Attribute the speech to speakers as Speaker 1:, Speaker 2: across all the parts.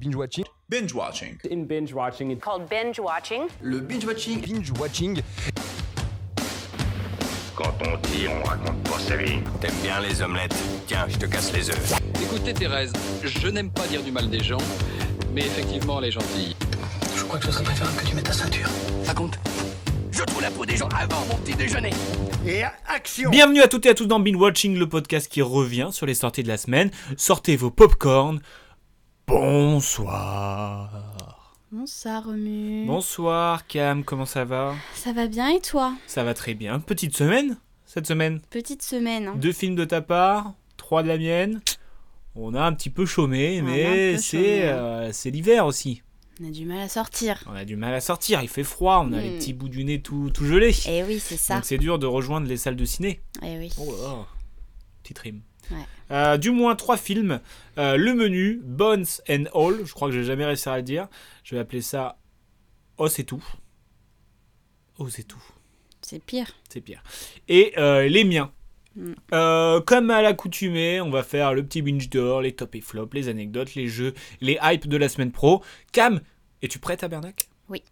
Speaker 1: Binge watching.
Speaker 2: Binge watching.
Speaker 3: In binge watching, it's
Speaker 4: called binge watching.
Speaker 2: Le binge watching.
Speaker 1: Binge watching.
Speaker 5: Quand on dit, on raconte pas sa vie. T'aimes bien les omelettes Tiens, je te casse les œufs.
Speaker 6: Écoutez Thérèse, je n'aime pas dire du mal des gens, mais effectivement elle est gentille.
Speaker 7: Je crois que ce serait préférable que tu mettes ta ceinture.
Speaker 8: Raconte. Je trouve la peau des gens avant mon petit déjeuner.
Speaker 9: Et action
Speaker 10: Bienvenue à toutes et à tous dans Binge Watching, le podcast qui revient sur les sorties de la semaine. Sortez vos popcorn. Bonsoir.
Speaker 11: Bonsoir Romu.
Speaker 10: Bonsoir Cam, comment ça va
Speaker 11: Ça va bien et toi
Speaker 10: Ça va très bien. Petite semaine cette semaine.
Speaker 11: Petite semaine. Hein.
Speaker 10: Deux films de ta part, trois de la mienne. On a un petit peu chômé,
Speaker 11: On a un
Speaker 10: mais
Speaker 11: peu
Speaker 10: c'est
Speaker 11: chômé, hein.
Speaker 10: euh, c'est l'hiver aussi.
Speaker 11: On a du mal à sortir.
Speaker 10: On a du mal à sortir, il fait froid, on a les
Speaker 11: Hmm.
Speaker 10: petits bouts du nez tout, tout gelés.
Speaker 11: Eh oui, c'est ça.
Speaker 10: Donc c'est dur de rejoindre les salles de ciné.
Speaker 11: Eh oui.
Speaker 10: Oh là là. Petite rime.
Speaker 11: Ouais.
Speaker 10: Euh, du moins trois films. Euh, le menu, Bones and All, je crois que j'ai jamais réussi à le dire. Je vais appeler ça Oh c'est tout. Oh c'est tout.
Speaker 11: C'est pire.
Speaker 10: C'est pire. Et euh, les miens.
Speaker 11: Mm.
Speaker 10: Euh, comme à l'accoutumée, on va faire le petit binge d'or, les top et flops, les anecdotes, les jeux, les hypes de la semaine pro. Cam, es-tu prête à Bernac
Speaker 11: Oui.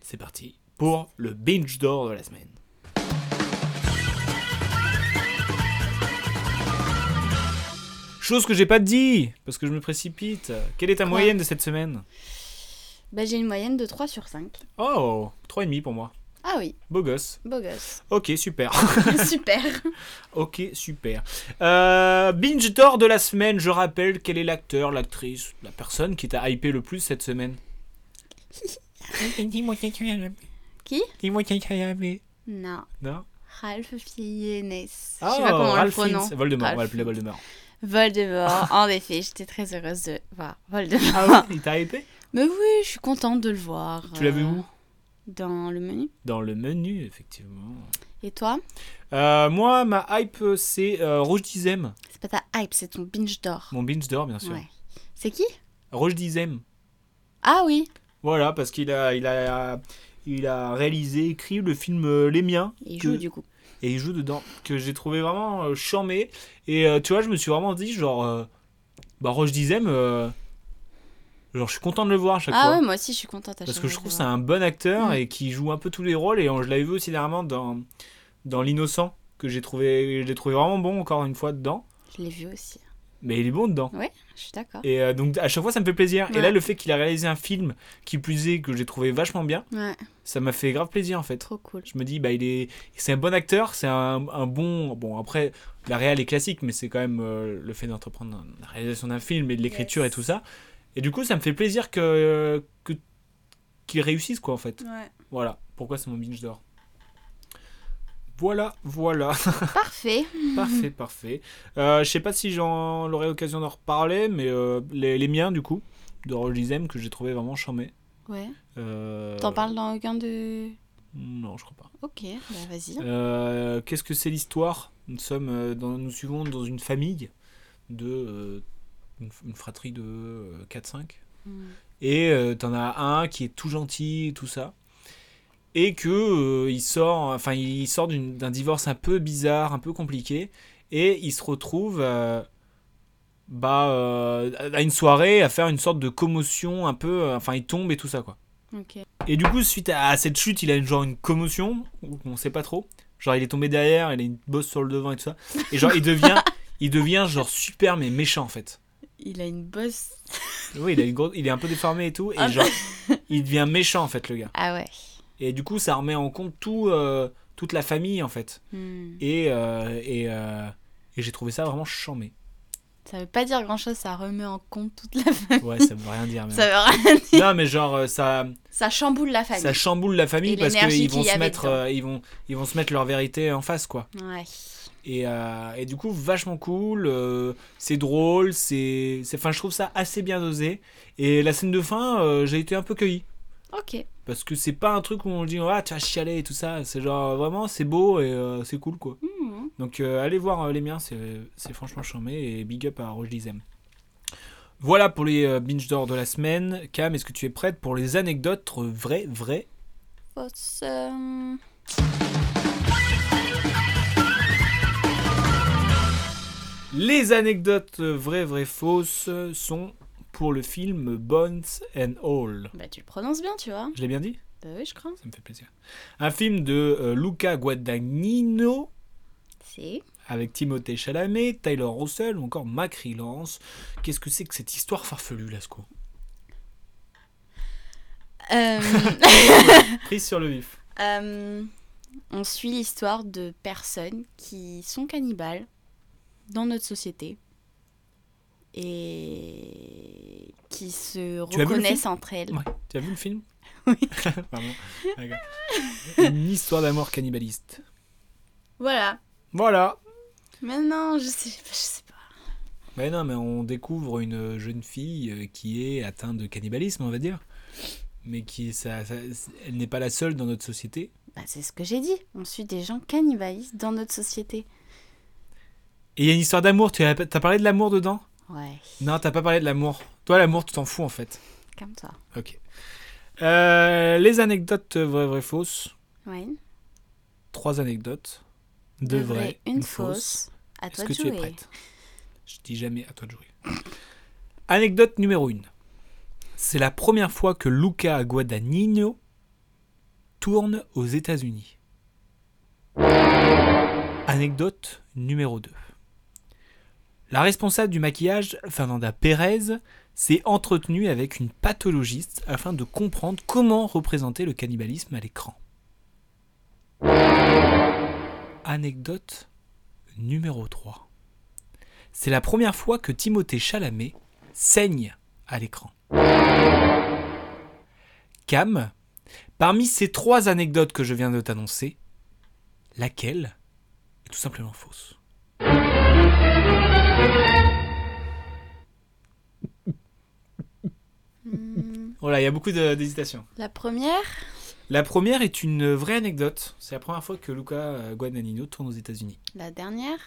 Speaker 10: C'est parti pour le binge d'or de la semaine. Chose que j'ai pas dit, parce que je me précipite. Quelle est ta
Speaker 11: Quoi
Speaker 10: moyenne de cette semaine
Speaker 11: Bah, j'ai une moyenne de 3 sur 5.
Speaker 10: Oh, 3,5 pour moi.
Speaker 11: Ah oui,
Speaker 10: Beau gosse.
Speaker 11: beau gosse.
Speaker 10: Ok, super.
Speaker 11: Super.
Speaker 10: Ok, super. Euh, binge d'or de la semaine, je rappelle quel est l'acteur, l'actrice, la personne qui t'a hypé le plus cette semaine. Dis-moi
Speaker 11: Qui
Speaker 10: Dis-moi aimé.
Speaker 11: Non.
Speaker 10: Non
Speaker 11: Ralph Fiennes.
Speaker 10: Ah,
Speaker 11: je sais pas comment
Speaker 10: Ralph
Speaker 11: on le prononce.
Speaker 10: Fiennes. Voldemort, on va
Speaker 11: Ralph.
Speaker 10: l'appeler Voldemort.
Speaker 11: Voldemort. en effet, j'étais très heureuse de voir Voldemort.
Speaker 10: Ah ouais Il t'a hypé
Speaker 11: Mais oui, je suis contente de le voir.
Speaker 10: Tu l'as vu
Speaker 11: euh,
Speaker 10: où
Speaker 11: Dans le menu.
Speaker 10: Dans le menu, effectivement.
Speaker 11: Et toi
Speaker 10: Euh, moi, ma hype, euh, c'est euh, Roche Dizem.
Speaker 11: C'est pas ta hype, c'est ton binge d'or.
Speaker 10: Mon binge d'or, bien sûr.
Speaker 11: Ouais. C'est qui
Speaker 10: Roche Dizem.
Speaker 11: Ah oui,
Speaker 10: Voilà, parce qu'il a, il a, il a réalisé, écrit le film euh, Les Miens.
Speaker 11: il
Speaker 10: que-
Speaker 11: joue du coup.
Speaker 10: et il joue dedans que j'ai trouvé vraiment euh, charmé et euh, tu vois je me suis vraiment dit genre euh, bah Roche Dizem euh, genre je suis content de le voir à chaque
Speaker 11: Ah
Speaker 10: fois
Speaker 11: ouais, moi aussi, je suis contente à
Speaker 10: parce
Speaker 11: chaque
Speaker 10: que je
Speaker 11: fois
Speaker 10: trouve
Speaker 11: de
Speaker 10: c'est un bon acteur
Speaker 11: Mm.
Speaker 10: et qui joue un peu tous les rôles et on- je l'avais vu aussi dernièrement dans dans l'innocent que j'ai trouvé je l'ai trouvé vraiment bon encore une fois dedans
Speaker 11: voir. Je l'ai vu aussi.
Speaker 10: mais il est bon dedans
Speaker 11: Ouais, je suis d'accord.
Speaker 10: et euh, donc à chaque fois ça me fait plaisir et
Speaker 11: Ouais.
Speaker 10: là le fait qu'il a réalisé un film qui plus est que j'ai trouvé vachement bien
Speaker 11: Ouais,
Speaker 10: ça m'a fait grave plaisir en fait
Speaker 11: trop cool.
Speaker 10: je me dis, bah, il est, c'est un bon acteur, c'est un, un bon. Bon, après, la réal est classique, mais c'est quand même euh, le fait d'entreprendre un- la réalisation d'un film et de l'écriture
Speaker 11: Yes.
Speaker 10: et tout ça. Et du coup, ça me fait plaisir que, que qu'il réussisse, quoi, en fait.
Speaker 11: Ouais.
Speaker 10: Voilà, pourquoi c'est mon binge d'or. Voilà, voilà.
Speaker 11: Parfait.
Speaker 10: parfait, parfait. Euh, je sais pas si j'en aurai l'occasion d'en reparler, mais euh, les, les miens, du coup, de Roger Dizem, que j'ai trouvé vraiment charmé.
Speaker 11: Ouais.
Speaker 10: Euh,
Speaker 11: T'en parles dans aucun de.
Speaker 10: Non, je crois pas.
Speaker 11: Ok, bah vas-y.
Speaker 10: Euh, qu'est-ce que c'est l'histoire Nous sommes, euh, dans, nous suivons dans une famille de euh, une, une fratrie de euh, 4-5
Speaker 11: Mm.
Speaker 10: et euh, t'en as un qui est tout gentil et tout ça et que euh, il sort, enfin il sort d'une- d'un divorce un peu bizarre, un peu compliqué et il se retrouve euh, bah euh, à une soirée à faire une sorte de commotion un peu, euh, enfin il tombe et tout ça quoi.
Speaker 11: Ok.
Speaker 10: Et du coup, suite à à cette chute, il a une, genre une commotion, ou on sait pas trop. Genre, il est tombé derrière, il a une bosse sur le devant et tout ça. Et genre, il devient, il devient genre super mais méchant en fait.
Speaker 11: Il a une bosse.
Speaker 10: Oui, il, a une grosse- il est un peu déformé et tout. Et genre, il devient méchant en fait, le gars.
Speaker 11: Ah ouais.
Speaker 10: Et du coup, ça remet en compte tout, euh, toute la famille en fait.
Speaker 11: Mm.
Speaker 10: Et, euh, et, euh, et j'ai trouvé ça vraiment charmé.
Speaker 11: Ça veut pas dire grand chose, ça remet en compte toute la famille.
Speaker 10: Ouais, ça veut rien dire. Mais...
Speaker 11: Ça veut rien.
Speaker 10: Non, mais genre, euh, ça.
Speaker 11: Ça chamboule la famille.
Speaker 10: ça chamboule la famille
Speaker 11: Et
Speaker 10: parce
Speaker 11: l'énergie
Speaker 10: qu'ils vont
Speaker 11: qu'il y
Speaker 10: se
Speaker 11: avait
Speaker 10: mettre
Speaker 11: dedans.
Speaker 10: euh, ils vont ils vont se mettre leur vérité en face quoi
Speaker 11: Ouais.
Speaker 10: et, euh, et du coup vachement cool euh, c'est drôle c'est c'est- enfin je trouve ça assez bien dosé et la scène de fin euh, j'ai été un peu cueilli
Speaker 11: Ok.
Speaker 10: parce que c'est pas un truc où on dit ah tu vas chialer et tout ça c'est genre vraiment c'est beau et euh, c'est cool quoi
Speaker 11: Mm.
Speaker 10: donc euh, allez voir euh, les miens c'est c'est franchement charmé et big up à Roche Dizem voilà pour les euh, binge d'or de la semaine Cam est-ce que tu es prête pour les anecdotes vraies vraies
Speaker 11: Fausse, euh,
Speaker 10: Les anecdotes vraies, vraies, fausses sont pour le film Bones and All.
Speaker 11: Bah, tu le prononces bien, tu vois.
Speaker 10: Je l'ai bien dit
Speaker 11: Bah oui, je crois.
Speaker 10: Ça me fait plaisir. Un film de euh, Luca Guadagnino
Speaker 11: C'est.
Speaker 10: avec Timothée Chalamet, Tyler Russell ou encore Mac Rylance. Qu'est-ce que c'est que cette histoire farfelue, Lasco
Speaker 11: Euh,
Speaker 10: Prise sur le vif.
Speaker 11: euh, on suit l'histoire de personnes qui sont cannibales dans notre société et qui se
Speaker 10: Tu as vu le
Speaker 11: reconnaissent entre elles.
Speaker 10: Ouais. Tu as vu le film
Speaker 11: Oui.
Speaker 10: Pardon. D'accord. Une histoire d'amour cannibaliste.
Speaker 11: Voilà.
Speaker 10: Voilà.
Speaker 11: Maintenant, je sais, je sais pas.
Speaker 10: Mais non, mais on découvre une jeune fille euh, qui est atteinte de cannibalisme, on va dire. Mais qui, ça, ça- elle n'est pas la seule dans notre société.
Speaker 11: Bah, c'est ce que j'ai dit. On suit des gens cannibalistes dans notre société.
Speaker 10: Et il y a une histoire d'amour. Tu as, t'as parlé de l'amour dedans
Speaker 11: Ouais,
Speaker 10: Non, t'as pas parlé de l'amour. Toi, l'amour, tu t'en fous en fait.
Speaker 11: comme toi.
Speaker 10: Ok. Euh, les anecdotes vraies, vraies, fausses.
Speaker 11: Ouais.
Speaker 10: Trois anecdotes. Deux vraies, une, fausse.
Speaker 11: À
Speaker 10: Est-ce
Speaker 11: toi
Speaker 10: que
Speaker 11: de
Speaker 10: tu es
Speaker 11: jouer.
Speaker 10: prête Je dis jamais à toi de jouer. Anecdote numéro 1. C'est la première fois que Luca Guadagnino tourne aux États-Unis. Anecdote numéro 2. La responsable du maquillage, Fernanda Pérez, s'est entretenue avec une pathologiste afin de comprendre comment représenter le cannibalisme à l'écran. Anecdote numéro 3. C'est la première fois que Timothée Chalamet saigne à l'écran. Cam, parmi ces trois anecdotes que je viens de t'annoncer, laquelle est tout simplement fausse Voilà, Oh il y a beaucoup de- d'hésitation.
Speaker 11: Hmm. La première
Speaker 10: La première est une vraie anecdote. C'est la première fois que Luca euh, Guadagnino tourne aux États-Unis.
Speaker 11: La dernière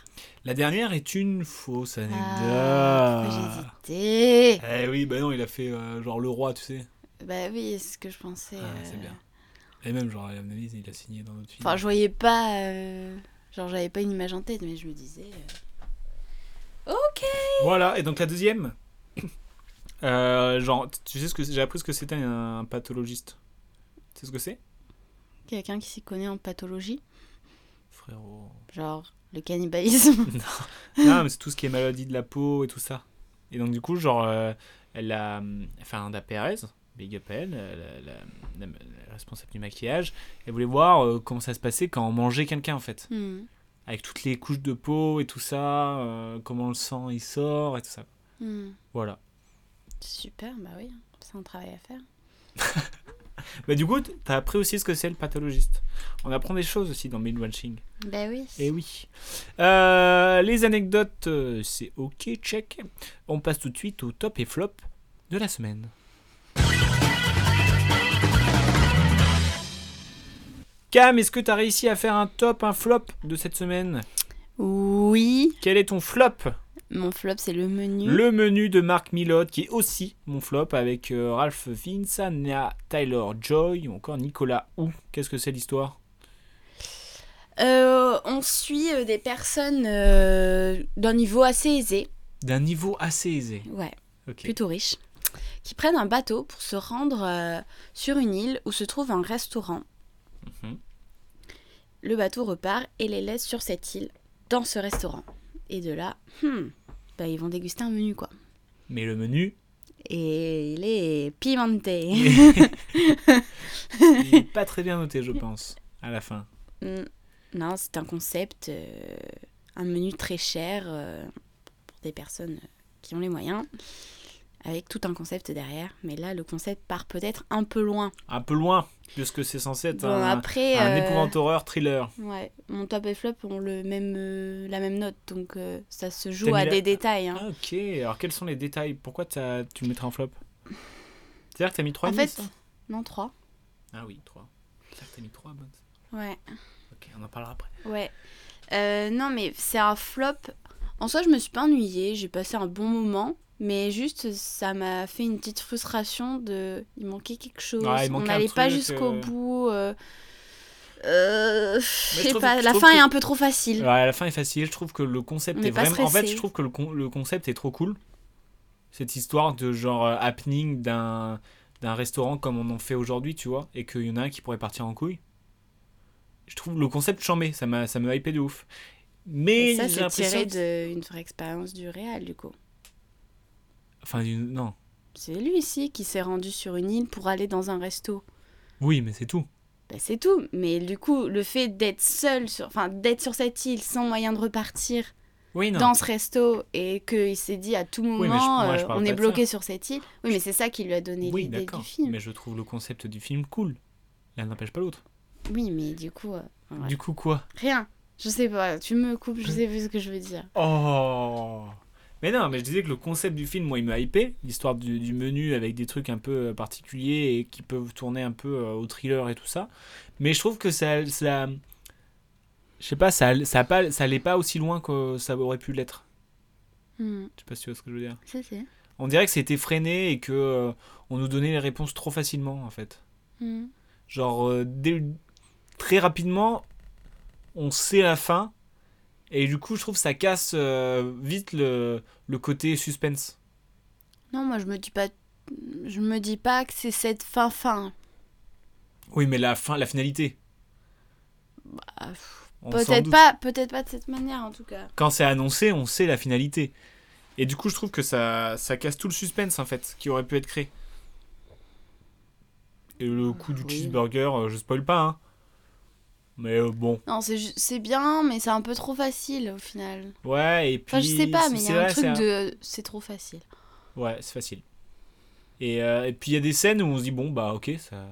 Speaker 10: La dernière est une fausse anecdote.
Speaker 11: Ah, pourquoi j'ai hésité
Speaker 10: Eh oui, bah non, il a fait euh, genre le roi, tu sais.
Speaker 11: Bah oui, c'est ce que je pensais.
Speaker 10: Ah, c'est
Speaker 11: euh,
Speaker 10: bien. Et même, genre, à mon avis, il a signé dans notre film.
Speaker 11: Enfin, je voyais pas. euh, Genre, j'avais pas une image en tête, mais je me disais. euh, Ok
Speaker 10: Voilà, et donc la deuxième Euh, Genre, t- tu sais ce que c'est- j'ai appris ce que c'était un pathologiste. Tu sais ce que c'est
Speaker 11: Quelqu'un qui s'y connaît en pathologie
Speaker 10: Frérot.
Speaker 11: Genre, le cannibalisme
Speaker 10: non, mais c'est tout ce qui est maladie de la peau et tout ça. Et donc, du coup, genre, euh, elle a. hum, Fernanda Perez, Big Up à elle, euh, la, la- la- la responsable du maquillage, elle voulait voir euh, comment ça se passait quand on mangeait quelqu'un en fait.
Speaker 11: Hmm,
Speaker 10: avec toutes les couches de peau et tout ça, euh, comment le sang il sort et tout ça.
Speaker 11: hmm.
Speaker 10: Voilà.
Speaker 11: Super, bah oui, c'est un travail à faire.
Speaker 10: Bah du coup, t- t'as appris aussi ce que c'est le pathologiste. On apprend des choses aussi dans Midwatching.
Speaker 11: Bah oui.
Speaker 10: Eh oui. Euh, les anecdotes, euh, c'est ok, check. On passe tout de suite au top et flop de la semaine. Cam, est-ce que t'as réussi à faire un top, un flop de cette semaine
Speaker 11: Oui,
Speaker 10: Quel est ton flop
Speaker 11: mon flop, c'est le menu.
Speaker 10: Le menu de Marc Millot, qui est aussi mon flop, avec euh, Ralph Fiennes, Nia Tyler Joy ou encore Nicolas Hou. Qu'est-ce que c'est l'histoire
Speaker 11: Euh, on suit euh, des personnes euh, d'un niveau assez aisé,
Speaker 10: D'un niveau assez aisé.
Speaker 11: ouais,
Speaker 10: Ok.
Speaker 11: plutôt riches, qui prennent un bateau pour se rendre euh, sur une île où se trouve un restaurant.
Speaker 10: Mhm.
Speaker 11: Le bateau repart et les laisse sur cette île, dans ce restaurant. Et de là, hmm, bah, ils vont déguster un menu, quoi.
Speaker 10: Mais le menu,
Speaker 11: Et il est pimenté.
Speaker 10: il n'est pas très bien noté, je pense, à la fin.
Speaker 11: Mm. non, c'est un concept, euh, un menu très cher euh, pour des personnes euh, qui ont les moyens, avec tout un concept derrière. Mais là, le concept part peut-être un peu loin.
Speaker 10: Un peu loin, puisque c'est censé être
Speaker 11: Bon,
Speaker 10: un,
Speaker 11: après,
Speaker 10: un
Speaker 11: euh,
Speaker 10: épouvante horreur thriller.
Speaker 11: ouais, mon top et flop ont le même, euh, la même note, donc euh, ça se
Speaker 10: T'as
Speaker 11: joue
Speaker 10: mis
Speaker 11: à
Speaker 10: la-
Speaker 11: des détails. hein.
Speaker 10: Ah, ok, alors quels sont les détails Pourquoi t'as- tu le mettrais en flop C'est-à-dire que t'as mis 3
Speaker 11: en fait, non, trois.
Speaker 10: Ah oui, 3. C'est-à-dire que t'as mis 3 bonnes.
Speaker 11: Ouais,
Speaker 10: Ok, on en parlera après.
Speaker 11: ouais. Euh, non, mais c'est un flop. En soi, je me suis pas ennuyée, j'ai passé un bon moment. Mais juste, ça m'a fait une petite frustration de. Il manquait quelque chose,
Speaker 10: Ouais, il
Speaker 11: on
Speaker 10: manquait un
Speaker 11: n'allait pas
Speaker 10: truc,
Speaker 11: jusqu'au
Speaker 10: euh.
Speaker 11: bout. euh, euh, je sais
Speaker 10: trouve-
Speaker 11: pas,
Speaker 10: je
Speaker 11: la
Speaker 10: trouve
Speaker 11: fin
Speaker 10: que-
Speaker 11: est un peu trop facile.
Speaker 10: Alors, à la fin est facile, je trouve que le concept
Speaker 11: On
Speaker 10: est
Speaker 11: n'est pas
Speaker 10: vraiment. En fait,
Speaker 11: stressé.
Speaker 10: je trouve que le, con- le concept est trop cool. cette histoire de genre euh, happening d'un d'un restaurant comme on en fait aujourd'hui, tu vois, et qu'il y en a un qui pourrait partir en couille. Je trouve le concept chambé, ça m'a ça me hypé de ouf. Mais
Speaker 11: Et ça,
Speaker 10: j'ai
Speaker 11: c'est
Speaker 10: l'impression
Speaker 11: tiré
Speaker 10: que-
Speaker 11: d'une vraie expérience du réel, du coup.
Speaker 10: Enfin, d'une- non.
Speaker 11: C'est lui ici qui s'est rendu sur une île pour aller dans un resto.
Speaker 10: Oui, mais c'est tout.
Speaker 11: Bah, c'est tout. Mais du coup, le fait d'être seul, sur... enfin d'être sur cette île sans moyen de repartir
Speaker 10: Oui, non.
Speaker 11: dans ce resto et qu'il s'est dit à tout moment,
Speaker 10: mais je- moi, je
Speaker 11: euh,
Speaker 10: parle
Speaker 11: on
Speaker 10: pas
Speaker 11: est
Speaker 10: de
Speaker 11: bloqué sur cette île. Oui, mais c'est ça qui lui a donné
Speaker 10: oui,
Speaker 11: l'idée du
Speaker 10: d'accord.
Speaker 11: film.
Speaker 10: Mais je trouve le concept du film cool. L'un n'empêche pas l'autre.
Speaker 11: Oui, mais du coup, euh, voilà.
Speaker 10: Du coup, quoi
Speaker 11: rien. Je sais pas, tu me coupes, je sais plus ce que je veux dire.
Speaker 10: Oh Mais non, mais je disais que le concept du film, moi, il m'a hypé. L'histoire du, du menu avec des trucs un peu euh, particuliers et qui peuvent tourner un peu euh, au thriller et tout ça. Mais je trouve que ça. ça je sais pas, ça, ça, a pas, ça allait pas aussi loin que ça aurait pu l'être.
Speaker 11: Hmm,
Speaker 10: Je sais pas si tu vois ce que je veux dire.
Speaker 11: ça c'est.
Speaker 10: On dirait que c'était freiné et que euh, on nous donnait les réponses trop facilement, en fait.
Speaker 11: Hmm.
Speaker 10: Genre, euh, dès le- très rapidement, on sait la fin. Et du coup, je trouve que ça casse euh, vite le, le côté suspense.
Speaker 11: Non, moi je me dis pas, je me dis pas que c'est cette fin fin.
Speaker 10: Oui, mais la fin, la finalité. On s'en
Speaker 11: Bah, Peut-être
Speaker 10: doute.
Speaker 11: pas, peut-être pas de cette manière en tout cas.
Speaker 10: Quand c'est annoncé, on sait la finalité. Et du coup, je trouve que ça, ça casse tout le suspense, en fait, qui aurait pu être créé. Et le coup du
Speaker 11: Ah, Oui.
Speaker 10: cheeseburger, euh, je spoil pas, hein. Mais euh, bon.
Speaker 11: Non, c'est ju- c'est bien, mais c'est un peu trop facile au final.
Speaker 10: Ouais, et puis.
Speaker 11: Enfin, je sais pas,
Speaker 10: c'est-
Speaker 11: mais il y
Speaker 10: c'est
Speaker 11: a un
Speaker 10: vrai,
Speaker 11: truc
Speaker 10: c'est
Speaker 11: de, c'est trop facile.
Speaker 10: Ouais, c'est facile. Et, euh, et puis il y a des scènes où on se dit, bon, bah ok, ça,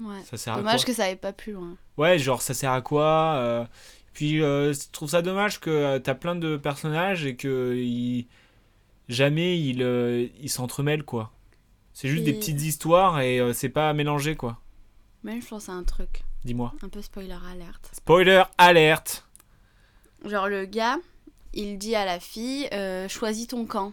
Speaker 11: Ouais.
Speaker 10: ça sert à
Speaker 11: Dommage
Speaker 10: Ah, quoi
Speaker 11: que ça aille pas plus loin.
Speaker 10: Ouais, genre ça sert à quoi euh, Puis euh, je trouve ça dommage que euh, t'as plein de personnages et que ils- jamais ils euh, ils s'entremêlent, quoi. C'est juste des
Speaker 11: Puis-
Speaker 10: petites histoires et euh, c'est pas mélangé, quoi.
Speaker 11: Même je pense à un truc,
Speaker 10: Dis-moi.
Speaker 11: un peu spoiler alerte.
Speaker 10: Spoiler alerte
Speaker 11: Genre le gars, il dit à la fille, euh, choisis ton camp.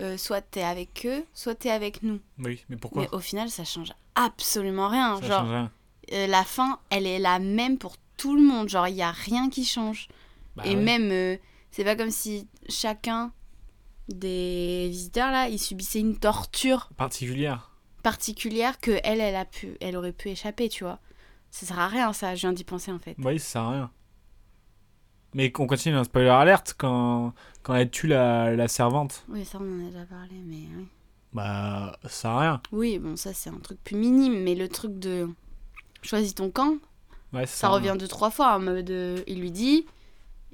Speaker 11: Euh, soit t'es avec eux, soit t'es avec nous.
Speaker 10: Oui, mais pourquoi
Speaker 11: mais au final, ça change absolument rien.
Speaker 10: Ça
Speaker 11: genre,
Speaker 10: change rien.
Speaker 11: euh, la fin, elle est la même pour tout le monde. Genre, il n'y a rien qui change.
Speaker 10: Bah
Speaker 11: Et
Speaker 10: ouais.
Speaker 11: même, euh, c'est pas comme si chacun des visiteurs, là, il subissait une torture
Speaker 10: Particulière.
Speaker 11: particulière que elle, elle, a pu, elle aurait pu échapper, tu vois. Ça sert à rien, ça, je viens d'y penser, en fait.
Speaker 10: Oui, ça sert à rien. Mais qu'on continue un spoiler alerte quand, quand elle tue la, la servante.
Speaker 11: Oui, ça, on en a déjà parlé, mais oui.
Speaker 10: Bah, ça sert à rien.
Speaker 11: Oui, bon, ça, c'est un truc plus minime, mais le truc de... Choisis ton camp,
Speaker 10: Ouais,
Speaker 11: Ça revient deux, trois fois en mode. euh, il lui dit,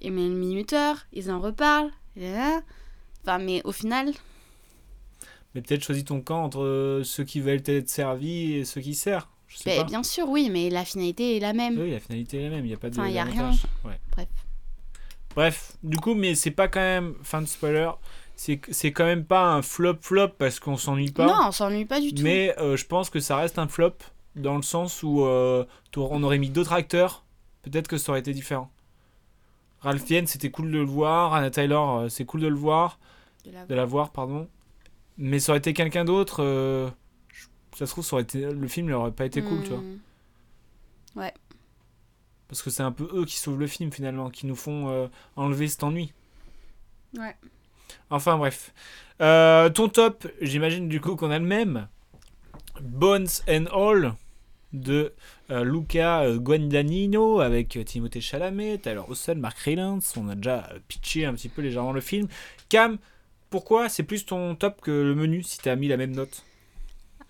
Speaker 11: il met le minuteur, ils en reparlent. et là, Enfin, mais au final,
Speaker 10: Mais peut-être choisis ton camp entre euh, ceux qui veulent être servis et ceux qui servent. Je sais
Speaker 11: ben,
Speaker 10: pas.
Speaker 11: bien sûr, oui, mais la finalité est la même.
Speaker 10: Oui, la finalité est la même, il n'y a pas de.
Speaker 11: Enfin, y a
Speaker 10: d'avantage. Ouais.
Speaker 11: Bref.
Speaker 10: Bref, du coup, mais c'est pas quand même. Fin de spoiler. C'est c'est quand même pas un flop-flop parce qu'on s'ennuie pas.
Speaker 11: non, on s'ennuie pas du tout.
Speaker 10: mais euh, je pense que ça reste un flop dans le sens où euh, t'aurais- on aurait mis d'autres acteurs. Peut-être que ça aurait été différent. Ralph Fiennes, c'était cool de le voir. Anna Taylor, euh, c'est cool de le voir.
Speaker 11: De la-
Speaker 10: de la voir, pardon. Mais ça aurait été quelqu'un d'autre. euh, je- ça se trouve, ça aurait été, le film n'aurait pas été cool, tu vois.
Speaker 11: Hmm.
Speaker 10: Parce que c'est un peu eux qui sauvent le film, finalement, qui nous font euh, enlever cet ennui.
Speaker 11: Ouais.
Speaker 10: Enfin, bref. Euh, ton top, j'imagine du coup qu'on a le même. Bones and All de euh, Luca euh, Guadagnino avec euh, Timothée Chalamet, alors Ossel, Mark Rylance. On a déjà euh, pitché un petit peu légèrement le film. Cam, pourquoi c'est plus ton top que le menu si t'as mis la même note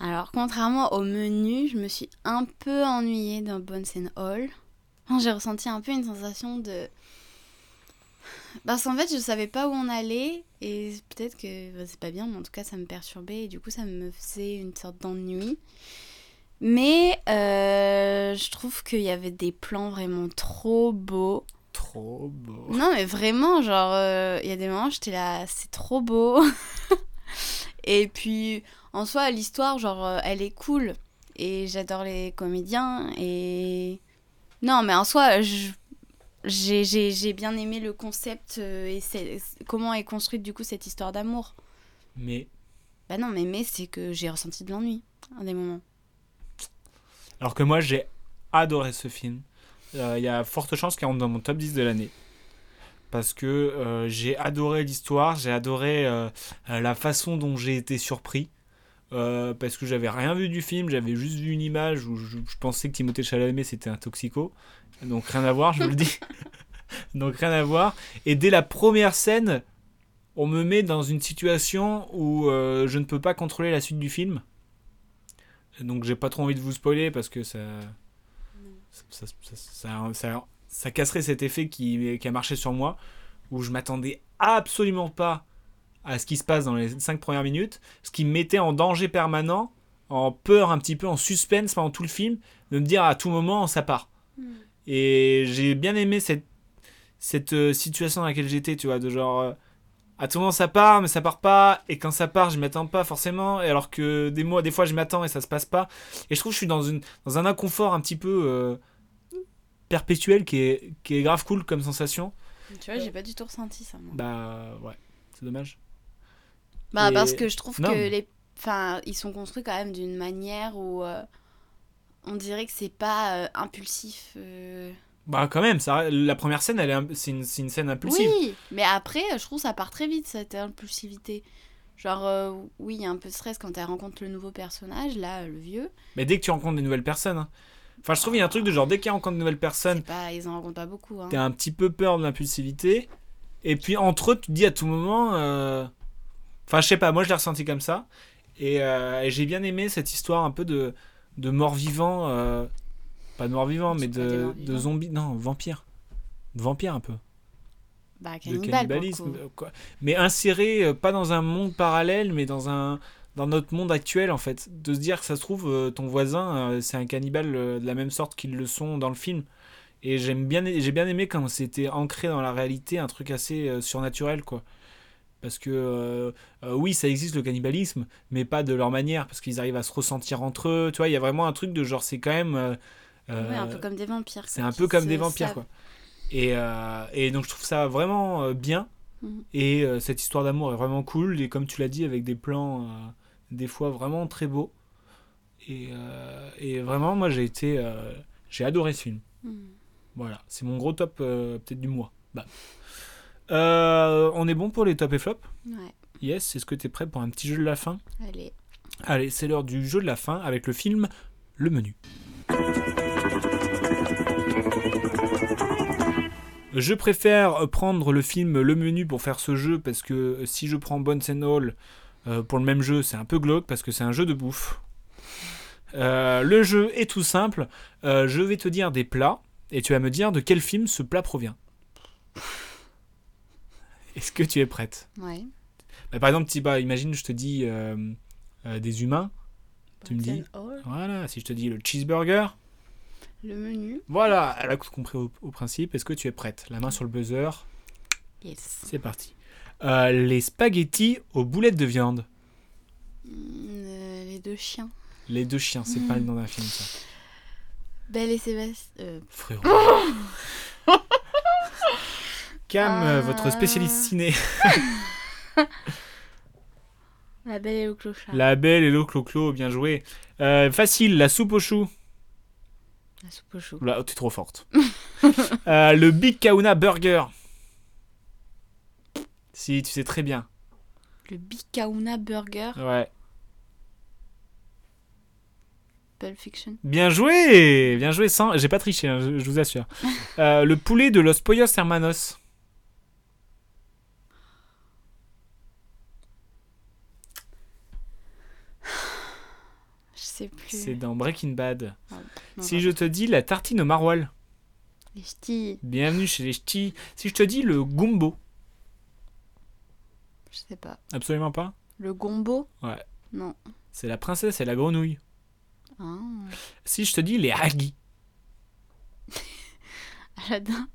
Speaker 11: Alors, contrairement au menu, je me suis un peu ennuyée dans Bones and All. Enfin, J'ai ressenti un peu une sensation de. Parce qu'en fait, je savais pas où on allait, et peut-être que bah, c'est pas bien, mais en tout cas, ça me perturbait, et du coup, ça me faisait une sorte d'ennui. Mais euh, je trouve qu'il y avait des plans vraiment trop beaux.
Speaker 10: Trop beau.
Speaker 11: Non, mais vraiment, genre, euh, il y a des moments, j'étais là, c'est trop beau. et puis, en soi, l'histoire, genre, euh, elle est cool. Et j'adore les comédiens. Et. Non, mais en soi, je- j'ai j'ai- j'ai bien aimé le concept euh, et c'est- comment est construite, du coup, cette histoire d'amour.
Speaker 10: Mais
Speaker 11: Bah non, mais, mais c'est que j'ai ressenti de l'ennui à des moments.
Speaker 10: alors que moi j'ai adoré ce film, Euh, il y a forte chance qu'il rentre dans mon top 10 de l'année. parce que euh, j'ai adoré l'histoire, j'ai adoré euh, la façon dont j'ai été surpris. euh, parce que j'avais rien vu du film, j'avais juste vu une image où je, je pensais que Timothée Chalamet c'était un toxico, donc rien à voir, je vous le dis. donc rien à voir. Et dès la première scène, on me met dans une situation où euh, je ne peux pas contrôler la suite du film. Donc j'ai pas trop envie de vous spoiler parce que ça. Ça, ça, ça- ça- ça- ça casserait cet effet qui, qui a marché sur moi, où je m'attendais absolument pas à ce qui se passe dans les 5 premières minutes, ce qui me mettait en danger permanent, en peur un petit peu, en suspense pendant tout le film, de me dire à tout moment ça part. Et j'ai bien aimé cette, cette euh, situation dans laquelle j'étais, tu vois, de genre. euh, à tout moment ça part, mais ça part pas, et quand ça part, je m'attends pas forcément, et alors que des mois, des fois je m'attends et ça se passe pas. Et je trouve que je suis dans, une, dans un inconfort un petit peu euh, perpétuel qui est, qui est grave cool comme sensation.
Speaker 11: Tu vois, j'ai pas du tout ressenti ça. moi.
Speaker 10: Bah ouais, c'est dommage.
Speaker 11: Bah,
Speaker 10: Et-
Speaker 11: parce que je trouve
Speaker 10: Non,
Speaker 11: que
Speaker 10: mais-
Speaker 11: les. Enfin, ils sont construits quand même d'une manière où. euh, on dirait que c'est pas euh, impulsif. euh.
Speaker 10: Bah quand même, ça, la première scène, elle est un- c'est une, c'est une scène impulsive.
Speaker 11: Oui, mais après, je trouve ça part très vite cette impulsivité. Genre, euh, oui, il y a un peu de stress quand tu rencontres le nouveau personnage, là, le vieux.
Speaker 10: Mais dès que tu rencontres des nouvelles personnes, hein. enfin je trouve qu'il y a un truc de genre dès qu'il rencontre de nouvelles personnes,
Speaker 11: C'est pas, ils en rencontrent pas beaucoup. Hein.
Speaker 10: t'as un petit peu peur de l'impulsivité. Et puis entre eux, tu te dis à tout moment. euh, Enfin, je sais pas, moi je l'ai ressenti comme ça. Et, euh, et j'ai bien aimé cette histoire un peu de, de mort-vivant. euh, Pas de mort-vivant,
Speaker 11: C'est
Speaker 10: mais
Speaker 11: pas des
Speaker 10: de,
Speaker 11: morts-vivants.
Speaker 10: de zombie. Non, vampire. De vampire un peu. De
Speaker 11: Bah, cannibale, pour le
Speaker 10: cannibalisme.
Speaker 11: coup.
Speaker 10: euh, quoi. Mais inséré, euh, pas dans un monde parallèle, mais dans un dans notre monde actuel en fait de se dire que ça se trouve euh, ton voisin euh, c'est un cannibale euh, de la même sorte qu'ils le sont dans le film et j'aime bien j'ai bien aimé quand c'était ancré dans la réalité un truc assez euh, surnaturel quoi parce que euh, euh, oui ça existe le cannibalisme mais pas de leur manière parce qu'ils arrivent à se ressentir entre eux tu vois il y a vraiment un truc de genre c'est quand même euh,
Speaker 11: Ouais,
Speaker 10: euh,
Speaker 11: un peu comme des vampires.
Speaker 10: c'est
Speaker 11: quoi,
Speaker 10: un
Speaker 11: qui
Speaker 10: peu comme
Speaker 11: se
Speaker 10: des vampires,
Speaker 11: savent.
Speaker 10: quoi. Et, euh, et donc je trouve ça vraiment euh, bien.
Speaker 11: Mhm.
Speaker 10: Et euh, cette histoire d'amour est vraiment cool. Et comme tu l'as dit, avec des plans, euh, des fois vraiment très beaux. Et, euh, et vraiment, moi j'ai été. euh, j'ai adoré ce film.
Speaker 11: Mhm.
Speaker 10: Voilà, c'est mon gros top euh, peut-être du mois. Bah. Euh, on est bon pour les top et flops
Speaker 11: Ouais,
Speaker 10: Yes, est-ce que tu es prêt pour un petit jeu de la fin
Speaker 11: allez.
Speaker 10: Allez, c'est l'heure du jeu de la fin avec le film Le Menu. Je préfère prendre le film Le Menu pour faire ce jeu parce que si je prends Bones and All euh, pour le même jeu, c'est un peu glauque parce que c'est un jeu de bouffe. Euh, le jeu est tout simple. Euh, je vais te dire des plats et tu vas me dire de quel film ce plat provient. Est-ce que tu es prête
Speaker 11: Ouais.
Speaker 10: bah, par exemple, si, bah, imagine, je te dis euh, euh, des humains. Tu me dis,
Speaker 11: Hall,
Speaker 10: voilà, si je te dis le cheeseburger,
Speaker 11: Le menu.
Speaker 10: voilà, elle a tout compris au, au principe. Est-ce que tu es prête La main sur le buzzer,
Speaker 11: Yes.
Speaker 10: c'est parti. Euh, les spaghettis aux boulettes de viande.
Speaker 11: Mm, euh, les deux chiens.
Speaker 10: Les deux chiens, c'est pas le nom d'un film, ça.
Speaker 11: Belle et Sébastien. euh,
Speaker 10: Frérot. Cam, euh, votre spécialiste ciné.
Speaker 11: la Belle et le Clochard. La,
Speaker 10: La belle et l'eau clo-clo, bien joué. Euh, facile, la soupe aux choux.
Speaker 11: soupe au chou.
Speaker 10: Là, oh, t'es trop forte. Euh, le Big Kahuna Burger. Si, tu sais très bien.
Speaker 11: Le Bicauna Burger.
Speaker 10: Ouais.
Speaker 11: Pulp Fiction.
Speaker 10: Bien joué Bien joué, sans... J'ai pas triché, hein, je, je vous assure. Euh, le poulet de Los Pollos Hermanos.
Speaker 11: Je sais plus.
Speaker 10: C'est dans Breaking Bad.
Speaker 11: Non,
Speaker 10: Si je te dis la tartine au maroilles.
Speaker 11: Les ch'tis.
Speaker 10: Bienvenue chez les ch'tis. Si je te dis le gumbo.
Speaker 11: Je sais pas.
Speaker 10: Absolument pas.
Speaker 11: Le gombo
Speaker 10: Ouais.
Speaker 11: Non.
Speaker 10: C'est la princesse et la grenouille.
Speaker 11: Ah,
Speaker 10: Si je te dis les haggis.
Speaker 11: Aladdin.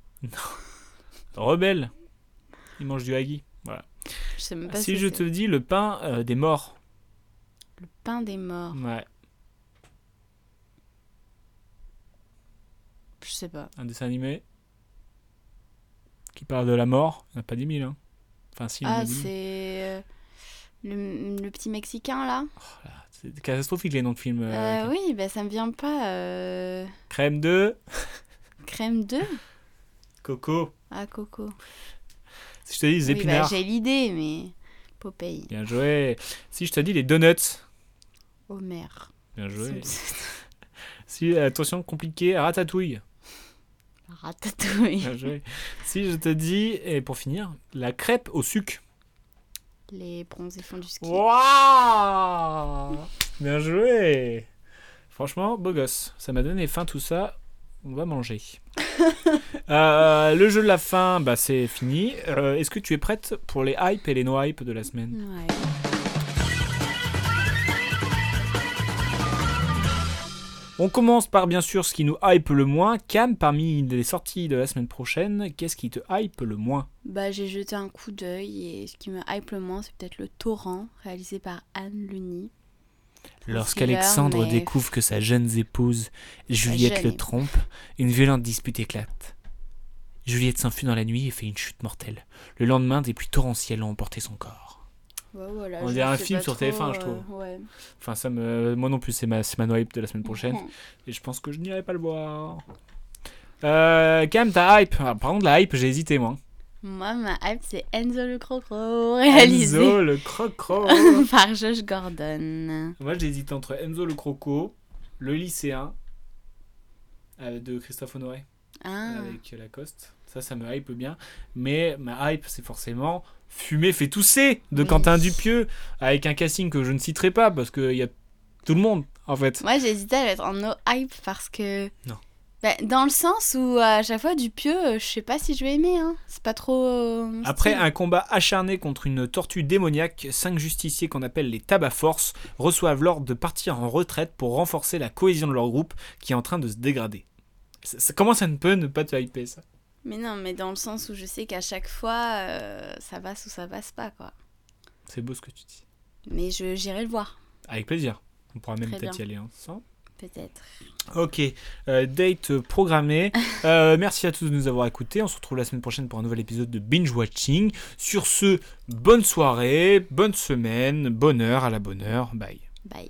Speaker 10: Rebelle. Ils mangent du haggi. Voilà.
Speaker 11: Je sais même pas
Speaker 10: Ah, si
Speaker 11: ce
Speaker 10: je
Speaker 11: que
Speaker 10: te
Speaker 11: Bah, c'est.
Speaker 10: dis le pain euh, des morts.
Speaker 11: Le pain des morts.
Speaker 10: Ouais.
Speaker 11: Je sais pas.
Speaker 10: un dessin animé qui parle de la mort. Il n'y en a pas 10 000. Hein. Enfin, si, il y en a
Speaker 11: Ah,
Speaker 10: 10 000.
Speaker 11: c'est. euh, Le, le petit Mexicain là
Speaker 10: C'est catastrophique les noms de films. euh,
Speaker 11: Euh,
Speaker 10: Cam.
Speaker 11: Oui, bah ça me vient pas. euh,
Speaker 10: Crème 2,
Speaker 11: Crème 2
Speaker 10: Coco.
Speaker 11: Ah, Coco.
Speaker 10: Si je te dis les
Speaker 11: Oui, bah,
Speaker 10: épinards,
Speaker 11: J'ai l'idée, mais. Popeye,
Speaker 10: bien joué. Si je te dis les donuts,
Speaker 11: Homer.
Speaker 10: bien joué.
Speaker 11: Simpson,
Speaker 10: Si, attention, compliqué, ratatouille,
Speaker 11: Ratatouille.
Speaker 10: bien joué. si je te dis, et pour finir, la crêpe au sucre.
Speaker 11: Les bronzés fonds du ski.
Speaker 10: Oh. Waouh Bien joué Franchement, beau gosse. Ça m'a donné faim tout ça. On va manger. Euh, le jeu de la fin, bah, c'est fini. Euh, Est-ce que tu es prête pour les hypes et les no-hypes de la semaine
Speaker 11: Ouais.
Speaker 10: On commence par bien sûr ce qui nous hype le moins. Cam, parmi les sorties de la semaine prochaine, qu'est-ce qui te hype le moins
Speaker 11: Bah, j'ai jeté un coup d'œil et ce qui me hype le moins, c'est peut-être le torrent réalisé par Anne Luni.
Speaker 10: Lorsqu'Alexandre
Speaker 11: mais-
Speaker 10: découvre que sa jeune épouse, Juliette
Speaker 11: jeune
Speaker 10: le
Speaker 11: épouse.
Speaker 10: trompe, une violente dispute éclate. Juliette s'enfuit dans la nuit et fait une chute mortelle. Le lendemain, des pluies torrentielles ont emporté son corps.
Speaker 11: Ouais, voilà,
Speaker 10: On
Speaker 11: je
Speaker 10: dirait un
Speaker 11: sais
Speaker 10: film
Speaker 11: pas
Speaker 10: sur
Speaker 11: trop,
Speaker 10: TF1, je
Speaker 11: euh,
Speaker 10: trouve.
Speaker 11: ouais.
Speaker 10: Enfin, ça me... moi non plus, c'est ma, c'est ma noyade de la semaine prochaine. Et je pense que je n'irai pas le voir. Euh, Cam, ta hype. Ah, par contre, la hype, j'ai hésité, moi.
Speaker 11: Moi, ma hype, c'est Enzo le Crocro, réalisé
Speaker 10: Enzo, le croc-croc.
Speaker 11: par Josh Gordon.
Speaker 10: moi, j'ai hésité entre Enzo le croco, le lycéen euh, de Christophe Honoré.
Speaker 11: Ah,
Speaker 10: avec Lacoste. Ça, ça me hype bien. Mais ma hype, c'est forcément Fumer fait tousser de
Speaker 11: Oui.
Speaker 10: Quentin Dupieux avec un casting que je ne citerai pas parce qu'il y a tout le monde en fait.
Speaker 11: Moi, j'hésitais à le mettre en no hype parce que.
Speaker 10: Non.
Speaker 11: Bah, dans le sens où à chaque fois, Dupieux, euh, je sais pas si je vais aimer. Hein. C'est pas trop. euh, mon
Speaker 10: Après
Speaker 11: style.
Speaker 10: un combat acharné contre une tortue démoniaque, cinq justiciers qu'on appelle les tabac-force reçoivent l'ordre de partir en retraite pour renforcer la cohésion de leur groupe qui est en train de se dégrader. Ça- ça- comment ça ne peut ne pas te hyper ça
Speaker 11: Mais non, mais dans le sens où je sais qu'à chaque fois, euh, ça passe ou ça passe pas, quoi.
Speaker 10: C'est beau ce que tu dis.
Speaker 11: Mais je j'irai le voir,
Speaker 10: Avec plaisir. On pourra même
Speaker 11: Très
Speaker 10: peut-être y aller ensemble.
Speaker 11: peut-être.
Speaker 10: Ok, euh, date programmée. Euh, merci à tous de nous avoir écoutés. On se retrouve la semaine prochaine pour un nouvel épisode de Binge Watching. Sur ce, bonne soirée, bonne semaine, bonne heure à la bonne heure. Bye.
Speaker 11: Bye.